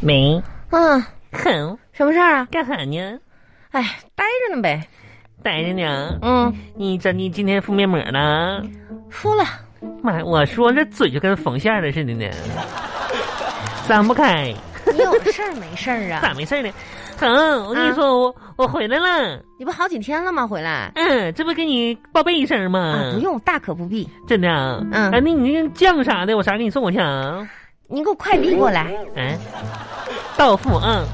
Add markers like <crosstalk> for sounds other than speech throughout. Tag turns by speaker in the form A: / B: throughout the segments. A: 没，
B: 嗯，
A: 哼，
B: 什么事儿啊？
A: 干啥呢？
B: 哎，待着呢呗。
A: 呆着呢。
B: 嗯，
A: 你怎你今天敷面膜了？
B: 敷了。
A: 妈，呀，我说这嘴就跟缝线了似的
B: <laughs>
A: 呢，张不开，
B: 你有事儿没事儿啊？ <laughs>
A: 咋没事儿呢？哼，我跟你说，
B: 嗯
A: 我我回来了，
B: 你不好几天了吗？回来
A: 嗯，这不跟你报备一声吗？
B: 啊？不，用，大可不必。
A: 真的啊。
B: 嗯
A: 啊，那你那个酱啥的，我啥给你送过去啊？
B: 你给我快递过来。
A: 哎，到付嗯，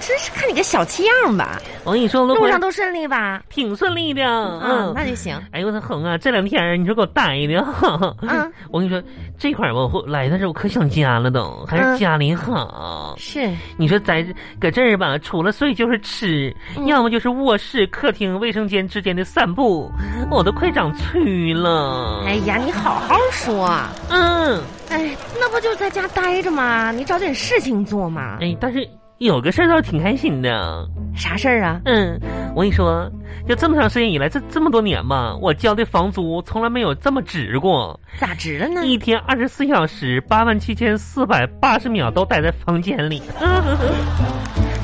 B: 真是看你个小气样儿吧？
A: 我跟你说，我
B: 路
A: 回来
B: 上都顺利吧？
A: 挺顺利的，
B: 啊
A: 嗯，，
B: 那就行。
A: 哎呦我的恒啊，这两天儿你说给我呆的，
B: 嗯
A: 我跟你说这块儿吧我来的时候我可想家了都，还是
B: 嗯
A: 家里好。
B: 是，
A: 你说在这搁这儿吧，除了睡就是吃，
B: 嗯
A: 要么就是卧室、客厅、卫生间之间的散步，我都快长蛆了。
B: 哎呀，你好好说。啊
A: 嗯，
B: 哎，那不就在家待着吗？你找点事情做嘛。
A: 哎，但是有个事儿倒是挺开心的。
B: 啥事儿啊？
A: 嗯，我跟你说，就这么长时间以来，这这么多年吧，我交的房租从来没有这么值过。
B: 咋值了呢？
A: 一天二十四小时，八万七千四百八十秒都待在房间里，嗯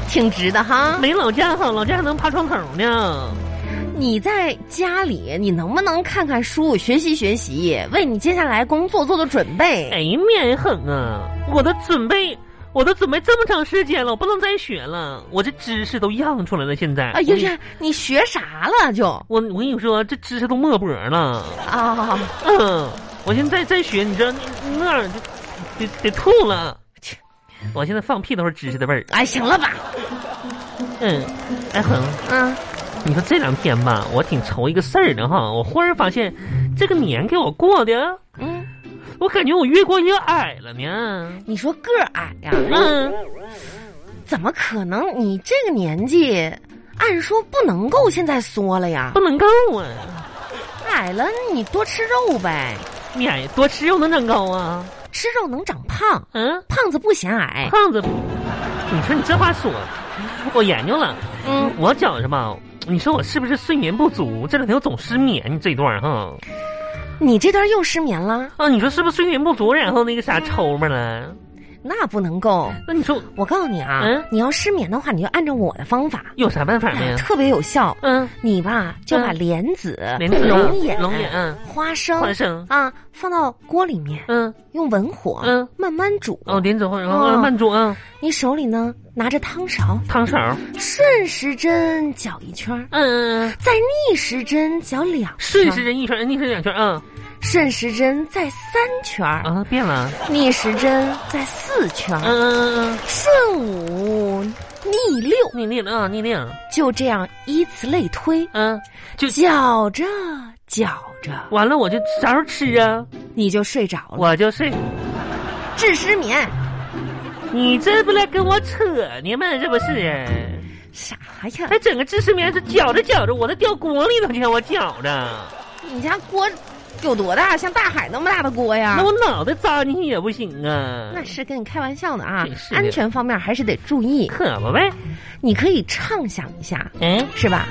B: 挺值的哈。
A: 没老家好，老家还能爬窗口呢。
B: 你在家里，你能不能看看书，学习学习，为你接下来工作做做准备？
A: 哎呀，面狠啊！我都准备，我都准备这么长时间了，我不能再学了，我这知识都漾出来了。现在，
B: 哎呀呀，你学啥了就？
A: 我我跟你说，这知识都没脖了。
B: 啊、
A: 嗯，我现在再学，你知道那那样得得得吐了。切我现在放屁都是知识的味儿。
B: 哎，行了吧？
A: 嗯，哎恒，
B: 嗯，
A: 你说这两天吧，我挺愁一个事儿的哈。我忽然发现，这个年给我过的，
B: 嗯，
A: 我感觉我越过越矮了呢。
B: 你说个儿矮呀、
A: 嗯，
B: 怎么可能？你这个年纪，按说不能够现在缩了呀
A: 不。能够啊，
B: 矮了，你多吃肉呗，
A: 你矮多吃肉能长高啊？
B: 吃肉能长胖，
A: 嗯，
B: 胖子不显矮。
A: 胖子，你说你这话说，我研究了，
B: 嗯，
A: 我觉着吧，你说我是不是睡眠不足？这两天我总失眠，你这段儿哈，
B: 你这段又失眠了，
A: 啊，你说是不是睡眠不足，然后那个啥抽嘛了？
B: 那不能够。
A: 那你说
B: 我告诉你啊，
A: 嗯
B: 你要失眠的话，你就按照我的方法，
A: 有啥办法
B: 哎
A: 没
B: 呀？特别有效。
A: 嗯，
B: 你吧，就把
A: 嗯
B: 莲子、
A: 莲子
B: 龙眼、
A: 龙眼嗯
B: 花生、
A: 花生，
B: 啊放到锅里面，
A: 嗯，
B: 用文火
A: 嗯
B: 慢慢煮。
A: 哦，点走，然
B: 哦
A: 后慢煮啊，
B: 你手里呢拿着汤勺，
A: 汤勺，
B: 顺时针搅一圈儿，
A: 嗯嗯嗯，
B: 再逆时针搅两圈
A: 顺
B: 儿，
A: 时针一圈，逆时针两圈，嗯
B: 顺时针再三圈儿，
A: 啊，变了，
B: 逆时针再四圈儿，
A: 嗯嗯嗯
B: 顺五逆六，
A: 嗯，逆令啊，逆令，
B: 就这样依次类推，
A: 嗯，就
B: 搅着搅着
A: 完了，我就啥时候吃啊？
B: 你就睡着了，
A: 我就睡。
B: 治失眠。
A: 你这不来跟我扯呢吗？这不是，哎
B: 啥呀？
A: 还整个知识面是搅着搅着，我都掉锅里头去，我搅着，
B: 你家锅有多大？像大海那么大的锅呀
A: 那？我脑袋扎进去也不行啊。
B: 那是跟你开玩笑呢啊
A: 真！是的
B: 安全方面还是得注意。
A: 可不呗，
B: 你可以畅想一下，
A: 哎，
B: 是吧？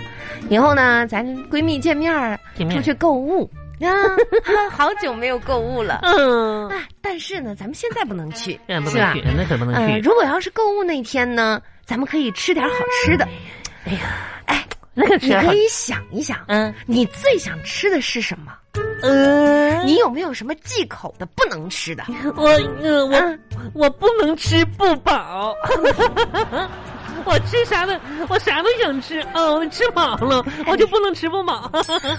B: 以后呢，咱闺蜜见面儿，
A: 见面
B: 出去购物啊，
A: <laughs>
B: 好久没有购物了
A: 嗯，
B: 啊！但是呢，咱们现在不能去，
A: 那不
B: 是吧
A: 能去？，那可不能
B: 呃，
A: 去，
B: 如果要是购物那天呢，咱们可以吃点好吃的。
A: 那可
B: 你
A: 吃好
B: 可。以想一想，
A: 嗯，
B: 你最想吃的是什么？
A: 呃，
B: 你有没有什么忌口的、不能吃的？
A: <laughs> 我呃我
B: 嗯
A: 我不能吃不饱， <laughs> 我吃啥都我啥都想吃啊，我得吃饱
B: <laughs>
A: 了，我就不能吃不饱。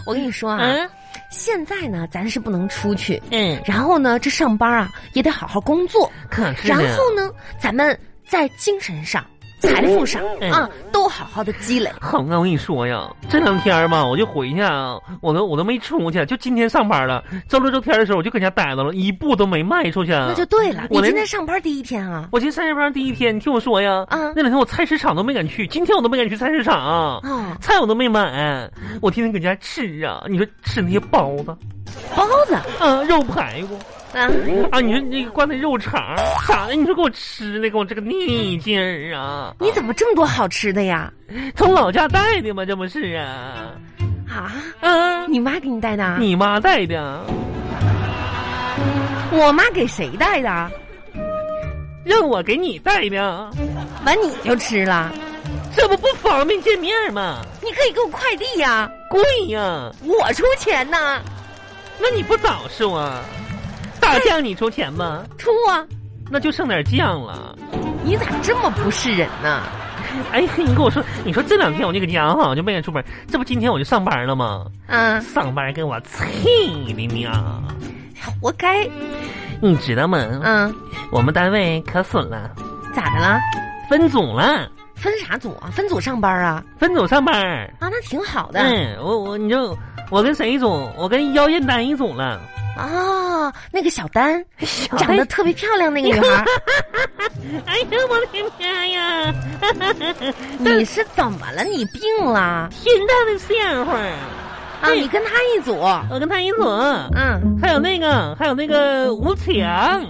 B: 我跟你说啊，
A: <laughs> 嗯
B: 现在呢，咱是不能出去，
A: 嗯，
B: 然后呢，这上班啊也得好好工作，
A: 可是
B: 然
A: 呢
B: 后呢，咱们在精神上、财富上
A: 嗯
B: 啊都好好的积累。
A: 恒啊，我跟你说呀，这两天儿吧，我就回去啊，我都我都没出去，就今天上班了。周六周天的时候，我就搁家待着了，一步都没迈出去。
B: 那
A: 那
B: 就对了，你
A: 我连
B: 今天上班第一天啊，
A: 我今天上班第一天，你听我说呀，
B: 嗯
A: 那两天我菜市场都没敢去，今天我都没敢去菜市场啊，
B: 啊，
A: 菜我都没买，我天天搁家吃啊。你说吃那些包子，
B: 包子
A: 啊，肉排骨，
B: 啊，
A: 啊，你说那个灌的肉肠啥的，你说给我吃的，给我这个腻劲儿啊！
B: 你怎么这么多好吃的呀？
A: 从老家带的吗？这不是啊？
B: 啊，
A: 啊，
B: 你妈给你带的啊？
A: 你妈带的啊。
B: 我妈给谁带的啊？
A: 让我给你带呢，
B: 完你就吃了，
A: 这不不方便见面吗？
B: 你可以给我快递呀、
A: 贵呀、
B: 我出钱呐、
A: 那你不早说啊？大酱你出钱吗？
B: 出啊！
A: 那就剩点酱了。
B: 你咋这么不是人呢？
A: 哎，你跟我说，你说这两天我这个家伙我就没敢出门，这不今天我就上班了吗？
B: 啊，
A: 上班给我气的呢，
B: 活该！
A: 你知道吗？
B: 嗯，
A: 我们单位可损了，
B: 咋的了？
A: 分组了，
B: 分啥组啊？分组上班啊？
A: 分组上班。
B: 啊，那挺好的、
A: 嗯，我我你就我跟谁一组？我跟妖艳丹一组了。
B: 啊。那个小丹，
A: 丹
B: 长得特别漂亮那个
A: <laughs>
B: 女孩，
A: 哎呀，我的天呀！嗯
B: 你是怎么了？你病了
A: 天大的笑话！
B: 啊？你跟她一组？
A: 我跟他一组，
B: 嗯，
A: 还有那个，还有那个吴强。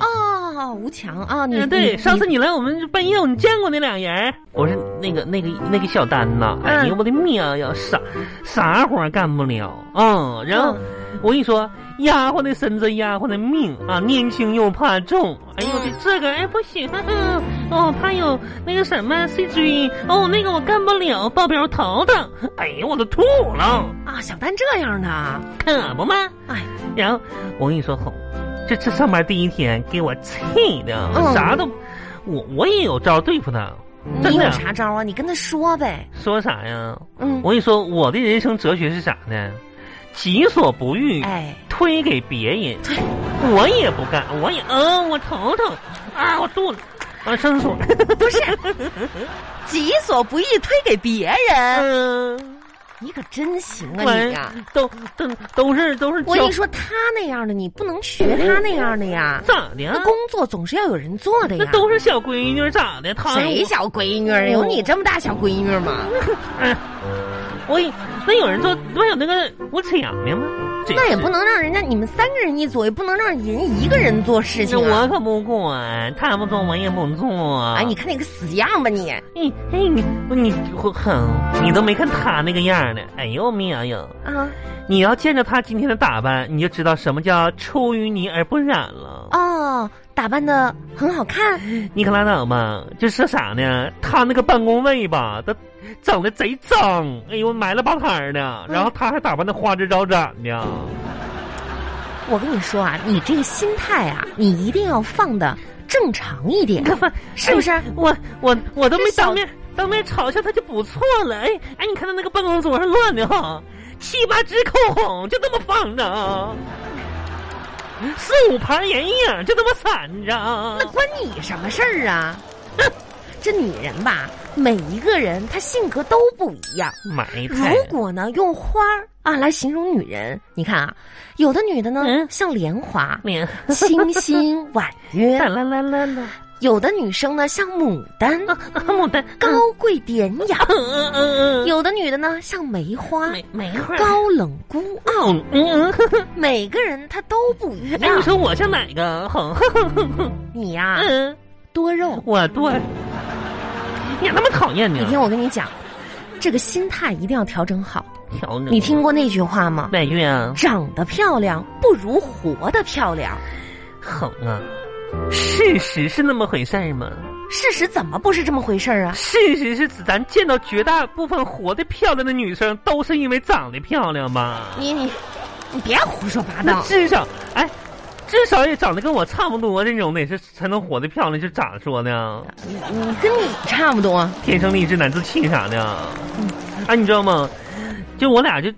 B: 哦，吴强啊，你
A: 嗯，对，
B: 你
A: 上次你来我们半夜，我见过那俩人。我说那个那个那个小丹呐，哎呀，
B: 嗯
A: 我的妈呀，啥啥活儿干不了啊、嗯然后、我跟你说，丫鬟的身子，丫鬟的命啊，年轻又怕重。哎呦，这这个哎不行， <laughs> 呵呵哦，怕有那个什么 CG，哦，那个我干不了，报表头疼。哎呦，我都吐了，
B: 啊，小丹这样的啊，
A: 可不嘛。
B: 哎，
A: 然后我跟你说，红，这这上班第一天给我气的，
B: 嗯
A: 啥都，我我也有招对付他。嗯真
B: 你
A: 的
B: 有啥招啊？你跟她说呗。
A: 说啥呀？
B: 嗯，
A: 我跟你说，我的人生哲学是啥呢？己所不欲，
B: 哎，
A: 推给别人
B: 对，
A: 我也不干，我也嗯、我头疼啊，我肚子，啊，上厕所，
B: 不是，己所不欲，推给别人。
A: 嗯，
B: 你可真行啊，
A: 完
B: 哎你呀、
A: 都都都是都是
B: 我跟
A: 教
B: 你说，他那样的你不能学他那样的呀。
A: 咋的呀
B: 那？工作总是要有人做的
A: 那
B: 呀。
A: 啊 <laughs> 都是哦小闺女咋的？她
B: 谁小闺女儿？有你这么大小闺女吗？
A: 哎，我以那有人做，不有那个我抢的吗？这
B: 那也
A: 是
B: 不。能让人家你们三个人一组，也不能让人一个人做事情
A: 那
B: 啊！
A: 我啊可不管，他不做我也不做。
B: 哎，你看那个死样吧你！
A: 你，哎你你我哼，你都没看他那个样儿呢。哎呦妈呀！
B: 啊
A: 你要见着他今天的打扮，你就知道什么叫出淤泥而不染了。
B: 哦，打扮的很好看，
A: 你可拉倒吧！就是啥呢？他那个办公位吧，他整的贼脏，哎呦埋了吧摊儿的，
B: 嗯
A: 然后他还打扮的花枝招展的。
B: 我跟你说啊，你这个心态啊，你一定要放的正常
A: <laughs>
B: 一点
A: 你，看吧，
B: 是不是？
A: 我我我都没
B: 哎这小
A: 当面当面嘲笑他就不错了。哎哎，你看他那个办公桌上乱的哈，七八支口红就这么放着啊，四五盘眼影就这么散着啊
B: 那。关你什么事儿啊？ <laughs> 这女人吧，每一个人她性格都不一样。
A: 埋
B: 如
A: 汰，
B: 果呢用花儿啊来形容女人，你看啊，有的女的呢、
A: 嗯，
B: 像莲花
A: <laughs> 脸
B: 清 <laughs> 新婉
A: <laughs>
B: 约
A: 啦；啦啦啦啦，
B: 有的女生呢像牡
A: <laughs>
B: 丹，
A: 啊牡丹
B: 高贵典雅；
A: 嗯嗯嗯嗯，
B: 嗯有的女的呢像梅花，
A: <laughs> 梅梅花儿
B: 高冷孤傲。
A: 嗯嗯嗯，
B: 每个人她都不
A: <laughs>
B: 一
A: 哎，你
B: 样。
A: 说我像哪个？哼
B: 你呀、
A: 嗯，
B: 多肉。
A: 我多，你咋那么讨厌呢
B: 你？听我跟你讲，这个心态一定要调整好。
A: 调整
B: 你听过那句话吗？
A: 白月啊，
B: 长得漂亮不如活得漂亮。
A: 狠啊！事实是那么回事儿吗？
B: 事实怎么不是这么回事儿啊？
A: 事实是指咱见到绝大部分活得漂亮的女生，都是因为长得漂亮吧？
B: 你你你别胡说八
A: 那
B: 道！
A: 至少，哎，至少也长得跟我差不多这种的，是才能活得漂亮，就咋说呢？
B: 你你跟你差不多，
A: 天生丽质难自弃啥的。哎，你知道吗？就我俩就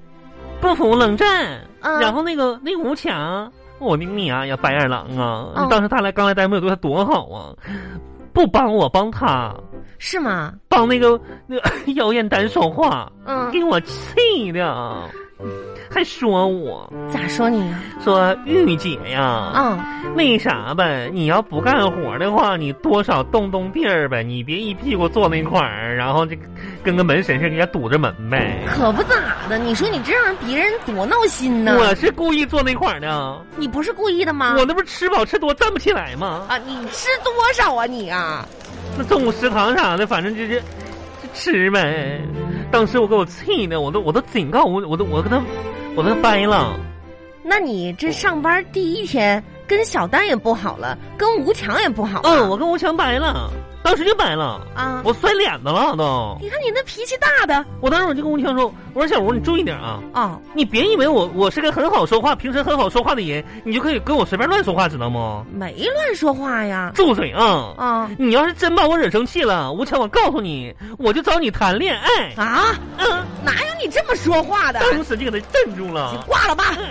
A: 不服冷战，
B: 嗯
A: 然后那个那吴强，我的妈呀，白眼狼啊！
B: 嗯
A: 当时他来刚来单位，我对他多好啊，不帮我帮他。
B: 是吗？
A: 帮那个那个 <laughs> 妖艳丹说话，
B: 嗯，
A: 给我气的，还说我
B: 咋说你啊？
A: 说玉姐呀，
B: 嗯，
A: 那啥呗，你要不干活的话，你多少动动地儿呗，你别一屁股坐那块儿，然后这个跟个门神似的，给人家堵着门呗。
B: 可不咋的。你说你这样别人多闹心呢？
A: 我是故意坐那块儿的，
B: 你不是故意的吗
A: 我？那不是吃饱吃多站不起来吗？
B: 啊，你吃多少啊你啊？
A: 那中午食堂啥的，反正就是就吃呗。当时我给我气的，我都我都警告我我都我跟他我跟他掰了。
B: 那你这上班第一天跟小丹也不好了，跟吴强也不好了。
A: 嗯，我跟吴强掰了，当时就掰了，
B: 啊，
A: 我摔脸子了都。
B: 你看你那脾气大的
A: 我当时我就跟吴强说，我说小吴你注意点啊，
B: 哦，
A: 你别以为我我是个很好说话、平时很好说话的人，你就可以跟我随便乱说话，知道吗？
B: 没乱说话呀。
A: 住嘴啊！
B: 啊
A: 你要是真把我惹生气了，吴强，我告诉你，我就找你谈恋爱。
B: 啊，
A: 嗯，
B: 哪有你这么说话的？
A: 当时就给他镇住了。
B: 挂了吧。
A: 嗯